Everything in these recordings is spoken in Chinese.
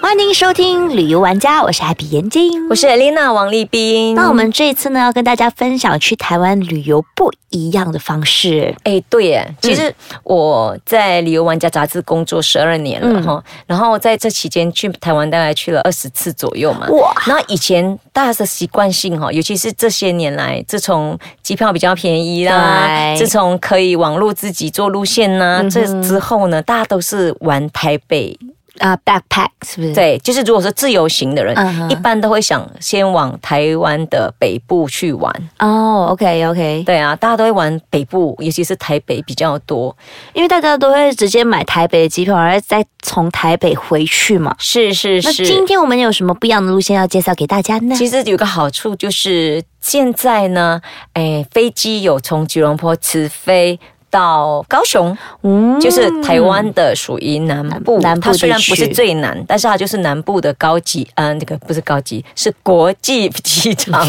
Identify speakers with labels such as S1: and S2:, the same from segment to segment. S1: 欢迎收听旅游玩家，我是 Happy 眼睛，
S2: 我是 Elena 王丽斌。嗯
S1: 那我们这一次呢，要跟大家分享去台湾旅游不一样的方式。
S2: 哎，对耶，其实我在《旅游玩家》杂志工作十二年了哈、然后在这期间去台湾大概去了二十次左右嘛。
S1: 哇
S2: 然后以前大家的习惯性哈，尤其是这些年来，自从机票比较便宜啦，
S1: 对
S2: 自从可以网络自己做路线呐、这之后呢，大家都是玩台北。
S1: 啊、b a c k p a c k 是不是？，
S2: 对，就是如果是自由行的人
S1: 嗯哼
S2: 一般都会想先往台湾的北部去玩。
S1: 哦、o k OK，
S2: 对啊，大家都会玩北部，尤其是台北比较多。
S1: 因为大家都会直接买台北的机票，然后再从台北回去嘛。
S2: 是是
S1: 那
S2: 是。
S1: 今天我们有什么不一样的路线要介绍给大家呢？
S2: 其实有个好处就是现在呢，哎，飞机有从吉隆坡直飞。到高雄，
S1: 嗯
S2: 就是台湾的属于南部，
S1: 南部
S2: 它虽然
S1: 地区
S2: 不是最南，但是它就是南部的高级，嗯、那个不是高级，是国际机 场，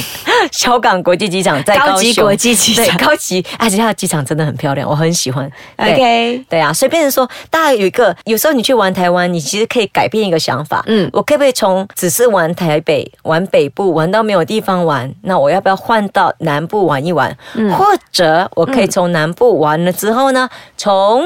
S2: 小港国际机场在高雄，
S1: 高级国际机
S2: 对
S1: 场
S2: 高级，而且它的机场真的很漂亮，我很喜欢。对
S1: ，OK，
S2: 对啊，所以变成说，大家有一个，有时候你去玩台湾，你其实可以改变一个想法，
S1: 嗯
S2: 嗯，我可不可以从只是玩台北、玩北部玩到没有地方玩，那我要不要换到南部玩一玩？
S1: 嗯
S2: 或者我可以从南部玩了之后呢，从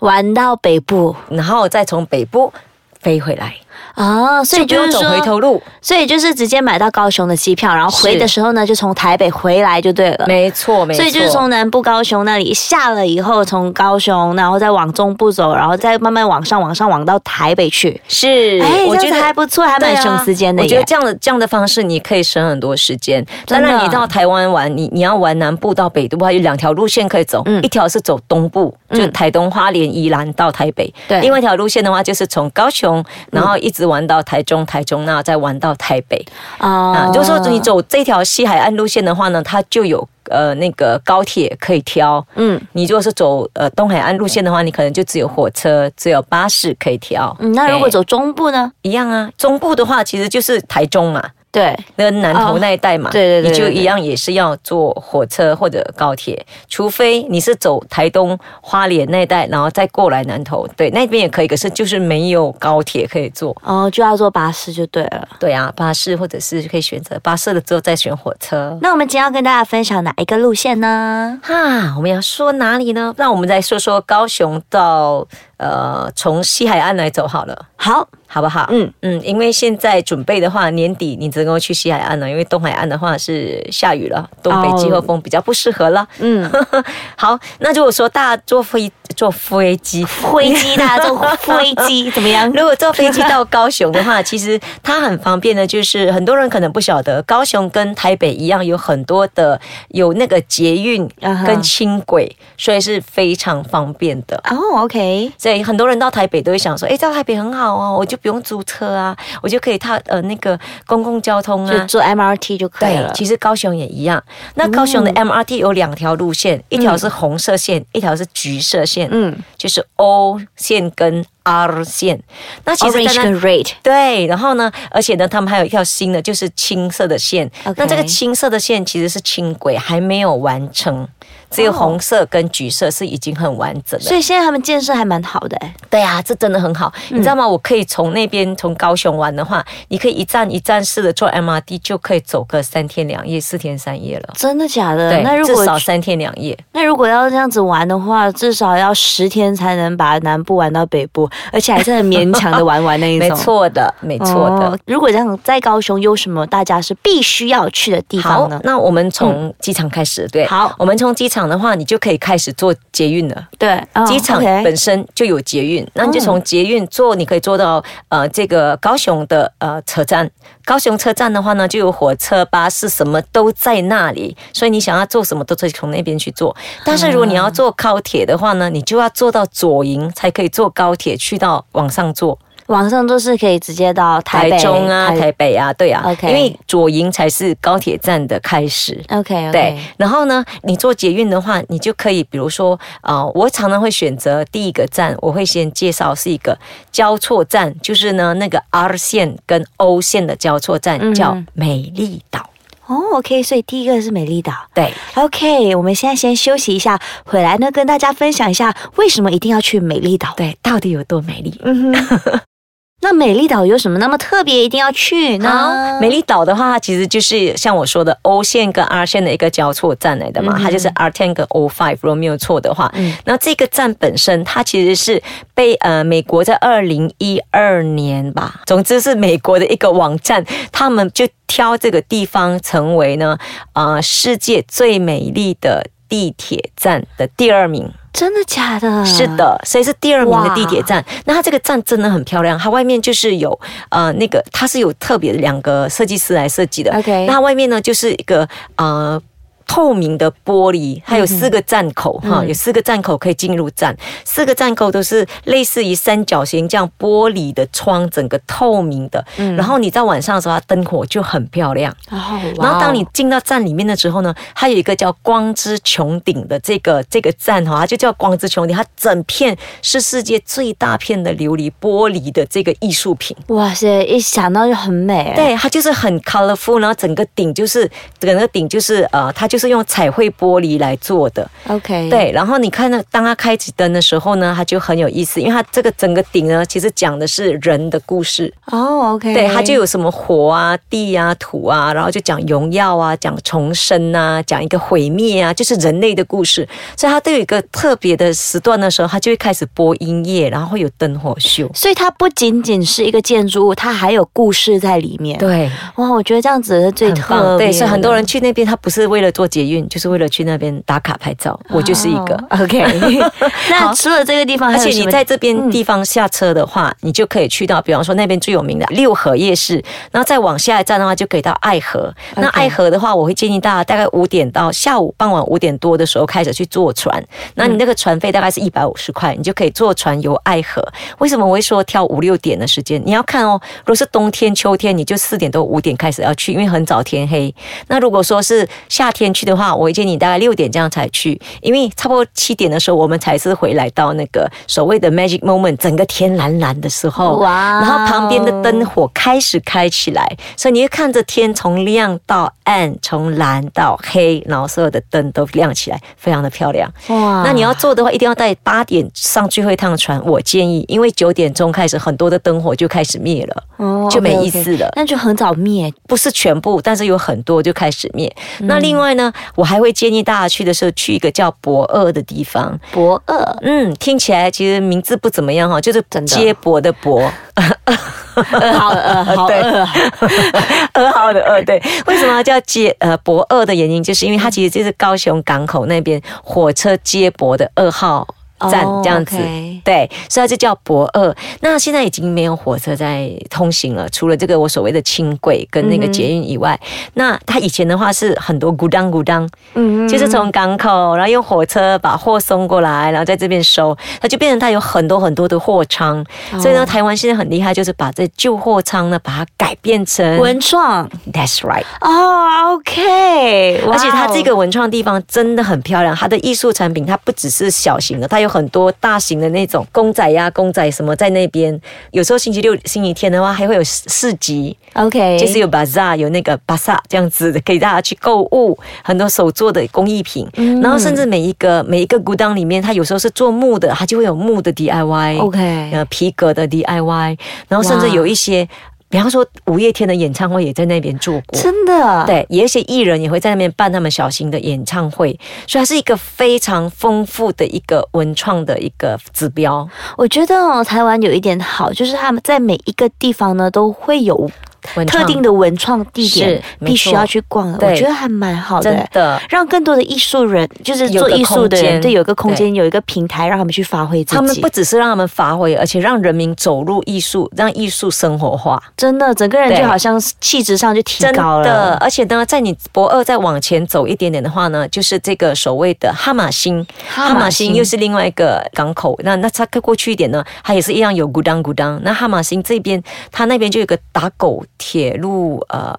S1: 玩到北部
S2: 然后再从北部飞回来，
S1: 哦，所以
S2: 不
S1: 就
S2: 用
S1: 是
S2: 走回
S1: 说，
S2: 头路。
S1: 所以就是直接买到高雄的机票，然后回
S2: 是
S1: 的时候呢，就从台北回来就对了。
S2: 没错，没错。
S1: 所以就是从南部高雄那里下了以后，从高雄，然后再往中部走，然后再慢慢往上，往上往到台北去。
S2: 是，
S1: 哎，
S2: 我
S1: 这
S2: 觉
S1: 样子
S2: 得
S1: 还不错，还蛮省时间的
S2: 对啊我觉
S1: 耶
S2: 得。这样的这样的方式，你可以省很多时间。
S1: 真
S2: 当
S1: 的
S2: 然，你到台湾玩，你你要玩南部到北部，它有两条路线可以走，
S1: 嗯
S2: 一条是走东部，就是台东、花莲、宜兰到台北；，
S1: 对
S2: 另外一条路线的话，就是从高雄，然后一直玩到台中，台中那再玩到台北。啊
S1: 哦，
S2: 就是说你走这条西海岸路线的话呢，它就有呃那个高铁可以挑。
S1: 嗯
S2: 你如果是走呃东海岸路线的话，你可能就只有火车、只有巴士可以挑。
S1: 嗯，那如果
S2: 哎
S1: 走中部呢？
S2: 一样啊。中部的话，其实就是台中嘛，
S1: 对，
S2: 那个南投那一带嘛，
S1: 哦对对对
S2: 你就
S1: 对对
S2: 一样也是要坐火车或者高铁，除非你是走台东花莲那一带，然后再过来南投，对，那边也可以，可是就是没有高铁可以坐。
S1: 哦，就要坐巴士就对了。
S2: 对啊，巴士或者是可以选择巴士了之后再选火车。
S1: 那我们今天要跟大家分享哪一个路线呢？
S2: 哈，我们要说哪里呢？那我们再说说高雄到呃，从西海岸来走好了。
S1: 好，
S2: 好不好？
S1: 嗯
S2: 嗯，因为现在准备的话，年底你只能够去西海岸了，因为东海岸的话是下雨了，东北季候风比较不适合了。
S1: 哦嗯，
S2: 好，那如果说大家坐飞坐飞 机。
S1: 飞机 大家坐飞机怎么样？
S2: 如果坐飞机到高雄的话，其实它很方便的，就是很多人可能不晓得，高雄跟台北一样有很多的有那个捷运
S1: 啊哈
S2: 跟轻轨，所以是非常方便的。
S1: 哦，OK，
S2: 所以很多人到台北都会想说，哎，到台北很好哦，我就不用租车啊，我就可以踏呃那个公共交通
S1: 就
S2: 啊。
S1: 坐 MRT 就可以
S2: 对
S1: 了，。
S2: 其实高雄也一样。那高雄的
S1: 嗯
S2: MRT 有两条路线，一条是红色线，一条是橘色线，
S1: 嗯
S2: 就是 O 线跟 R 线。那其实在
S1: ，Orange
S2: 那
S1: 跟 Red，
S2: 对，然后呢，而且呢，他们还有一条新的，就是青色的线。
S1: OK
S2: 那这个青色的线其实是轻轨，还没有完成，只有
S1: 哦
S2: 红色跟橘色是已经很完整了
S1: 所。以现在他们建设还蛮好的哎。
S2: 对啊，这真的很好，
S1: 嗯
S2: 你知道吗？我可以从那边从高雄玩的话，你可以一站一站式的坐 MRT，就可以走个三天两夜、四天三夜了。
S1: 真的假的？
S2: 对，
S1: 呃那如
S2: 至
S1: 果
S2: 少三天两夜。
S1: 那如果要这样子玩的话，至少要十天才能把南部玩到北部，而且还是很勉强的玩完那一种。
S2: 没错的，没错的。
S1: 哦如果这样，在高雄有什么大家是必须要去的地
S2: 好
S1: 方呢，？嗯
S2: 那我们从机场开始，对，
S1: 好
S2: 我们从机场的话，你就可以开始坐捷运了。
S1: 对，哦
S2: 机场
S1: OK
S2: 本身就有捷运，那你就从捷运坐，你可以坐到呃这个高雄的呃车站。高雄车站的话呢，就有火车、巴士，什么都在那里，所以你想要做什么都可以从那边去做。但是如果你要坐高铁的话呢，你就要坐到左营才可以坐高铁去到往上坐，
S1: 网上都是可以直接到台
S2: 台
S1: 北
S2: 中啊、台北啊，对啊
S1: OK
S2: 因为左营才是高铁站的开始。
S1: OK
S2: 对
S1: OK，，
S2: 然后呢，你坐捷运的话，你就可以，比如说，呃，我常常会选择第一个站，我会先介绍是一个交错站，就是呢那个 R 线跟 O 线的交错站，
S1: 嗯
S2: 叫美丽岛。
S1: 哦，OK，所以第一个是美丽岛。
S2: 对，
S1: OK，我们现在先休息一下，回来呢跟大家分享一下为什么一定要去美丽岛。
S2: 对，到底有多美丽？
S1: 嗯哼， 那美丽岛有什么那么特别，一定要去呢
S2: 好，？美丽岛的话，它其实就是像我说的 O 线跟 R 线的一个交错站来的嘛，它就是 R ten 跟 O five，如果没有错的话。
S1: 嗯
S2: 那这个站本身，它其实是被呃美国在二零一二年吧，总之是美国的一个网站，他们就挑这个地方成为呢呃世界最美丽的地铁站的第二名。
S1: 真的假的？
S2: 是，的，所以是第二名的地铁站。那它这个站真的很漂亮，它外面就是有呃那个，它是有特别的两个设计师来设计的。
S1: OK
S2: 那它外面呢就是一个呃。透明的玻璃，它有四个站口、哈，有四个站口可以进入站，四个站口都是类似于三角形这样玻璃的窗，整个透明的。然后你在晚上的时候，它灯火就很漂亮。
S1: 哦
S2: 然后当你进到站里面的时候呢，它有一个叫光之穹顶的这个这个站哈、它就叫光之穹顶，它整片是世界最大片的琉璃玻璃的这个艺术品。
S1: 哇塞，一想到就很美。，
S2: 对，它就是很 colorful，然后整个顶就是整个顶就是呃，它就是用彩绘玻璃来做的。
S1: ，OK，，
S2: 对，然后你看呢，当它开启灯的时候呢，它就很有意思，因为它这个整个顶呢，其实讲的是人的故事。
S1: 哦，OK，
S2: 对，它就有什么火啊、地啊、土啊，然后就讲荣耀啊，讲重生啊，讲一个毁灭啊，就是人类的故事。所以它都有一个特别的时段的时候，它就会开始播音乐，然后会有灯火秀。
S1: 所以它不仅仅是一个建筑物，它还有故事在里面。，
S2: 对，
S1: 哇，我觉得这样子是最
S2: 很
S1: 特
S2: 棒。
S1: 别
S2: 对，
S1: 的。
S2: 所以很多人去那边，他不是为了做捷运，就是为了去那边打卡拍照。我就是一 个。
S1: 哦 OK。那除了这个地方，
S2: 而
S1: 还
S2: 且
S1: 有什
S2: 你
S1: 么
S2: 在这边地方下车的话，你就可以去到，比方说那边最有名的六合夜市，然后再往下一站的话，就可以到爱河。那爱河的话，我会建议大家大概五点到下午傍晚五点多的时候开始去坐船。那你那个船费大概是一百五十块，你就可以坐船游爱河。为什么我会说挑五六点的时间？你要看哦，如果是冬天、秋天，你就四点多五点开始要去，因为很早天黑。那如果说是夏天去的话，我会建议你大概六点这样才去，因为差不多七点的时候我们才是回来到那个所谓的 magic moment，整个天蓝蓝的时候，
S1: 哇哦
S2: 然后旁边的灯火开始开起来，所以你会看着天从亮到暗，从蓝到黑，然后所有的灯都亮起来，非常的漂亮。
S1: 哇
S2: 那你要做的话，一定要在八点上最后一趟船，我建议，因为九点钟开始很多的灯火就开始灭了。
S1: 哦
S2: 就没
S1: OK，OK
S2: 意思了
S1: 那就很早灭。
S2: 不是全部，但是有很多就开始灭。那另外
S1: 嗯
S2: 呢，我还会建议大家去的时候去一个叫博二的地方。
S1: 博 二
S2: 嗯，听起来其实名字不怎么样哈，就是
S1: 的
S2: 接驳的驳，
S1: 二号二 号
S2: 对
S1: 二号，
S2: 二号的二对。为什么叫接呃博二的原因，就是因为它其实就是高雄港口那边火车接驳的二号站
S1: 哦
S2: 这样子。
S1: OK
S2: 对，所以它就叫博二。那现在已经没有火车在通行了，除了这个我所谓的轻轨跟
S1: 嗯
S2: 那个捷运以外，那它以前的话是很多咕当咕当，
S1: 嗯
S2: 就是从港口，然后用火车把货送过来，然后在这边收，它就变成它有很多很多的货仓。
S1: 哦
S2: 所以呢，台湾现在很厉害，就是把这旧货仓呢，把它改变成
S1: 文创
S2: That's right。
S1: 哦，OK，哇哦
S2: 而且它这个文创地方真的很漂亮，它的艺术产品它不只是小型的，它有很多大型的那种公仔呀、公仔什么在那边。有时候星期六、星期天的话，还会有市市集，
S1: OK，
S2: 就是有 bazaar 有那个 bazaar 这样子的，给大家去购物，很多手做的工艺品。
S1: 嗯
S2: 然后甚至每一个每一个古当里面，它有时候是做木的，它就会有木的 DIY。
S1: OK，
S2: 呃皮革的 DIY，然后甚至
S1: 哇
S2: 有一些，比方说五月天的演唱会也在那边做过。
S1: 真的，
S2: 对，有一些艺人也会在那边办他们小型的演唱会，所以它是一个非常丰富的一个文创的一个指标。
S1: 我觉得哦，台湾有一点好，就是他们在每一个地方呢都会有
S2: 文创
S1: 特定的文创地点
S2: 是，没错
S1: 必须要去逛的，
S2: 对
S1: 我觉得还蛮好的。
S2: 真的，
S1: 让更多的艺术人，就是
S2: 有
S1: 做
S2: 个
S1: 艺术的
S2: 空
S1: 人，
S2: 间
S1: 对，有一个空间，有一个平台，让他们去发挥自己。
S2: 他们不只是让他们发挥，而且让人民走入艺术，让艺术生活化。
S1: 真的，整个人
S2: 对
S1: 就好像气质上就提
S2: 真
S1: 高
S2: 的
S1: 了。，
S2: 而且呢，在你博二再往前走一点点的话呢，就是这个所谓的哈马星，
S1: 哈马星
S2: 又是另外一个港口。那那它再过去一点呢，它也是一样有咕当咕当。那哈马星这边，它那边就有个打
S1: 嗯
S2: 狗铁路呃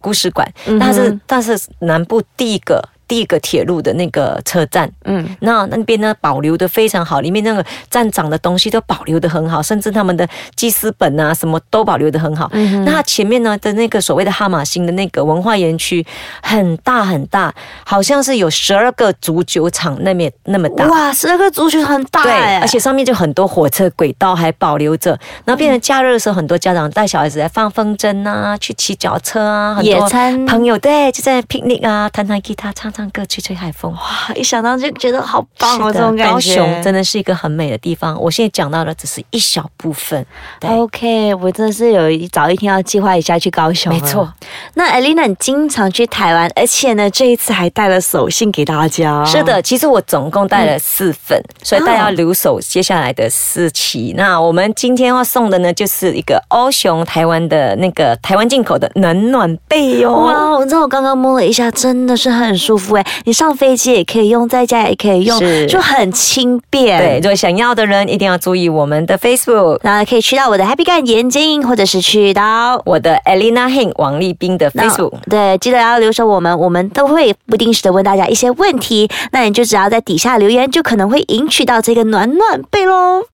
S2: 故事馆，但是但是南部第一个。第一个铁路的那个车站。
S1: 嗯，
S2: 那那边呢保留的非常好，里面那个站长的东西都保留的很好，甚至他们的记事本啊什么都保留的很好。
S1: 嗯
S2: 那它前面呢的那个所谓的哈马星的那个文化园区很大很大，好像是有十二个足球场那面那么大。
S1: 哇，十二个足球很大
S2: 对
S1: 哎，，
S2: 而且上面就很多火车轨道还保留着，然后变成假日的时候，很多家长带小孩子来放风筝啊，去骑脚车啊，很多
S1: 野餐
S2: 朋友对就在 picnic 啊，弹弹吉他，唱唱歌，吹吹海风。
S1: 哇，一想到就觉得好棒哦，
S2: 是
S1: 这
S2: 的
S1: 种感觉。
S2: 高雄真的是一个很美的地方。我现在讲到的只是一小部分，对，
S1: 哦 OK，我真的是有一早一天要计划一下去高雄。啊
S2: 没错。，
S1: 那 Elena 你经常去台湾，而且呢，这一次还带了手信给大家。
S2: 是，的，其实我总共带
S1: 嗯
S2: 了四份，所以大家
S1: 哦
S2: 留守接下来的四期。那我们今天要送的呢，就是一个欧熊台湾的那个台湾进口的冷暖被哦哟、
S1: 哇，哦我知道我刚刚摸了一下，真的是很舒服哎。你上飞机也可以用，在家也可以用
S2: 是，
S1: 就很轻便。
S2: 对，如。果想要的人一定要注意我们的 Facebook，
S1: 那可以去到我的 Happy Gun 眼睛，或者是去到
S2: 我的 Elena Heng 王立斌的
S1: 那
S2: Facebook。
S1: 对，记得要留守我们，我们都会不定时的问大家一些问题，那你就只要在底下留言，就可能会赢取到这个暖暖被喽。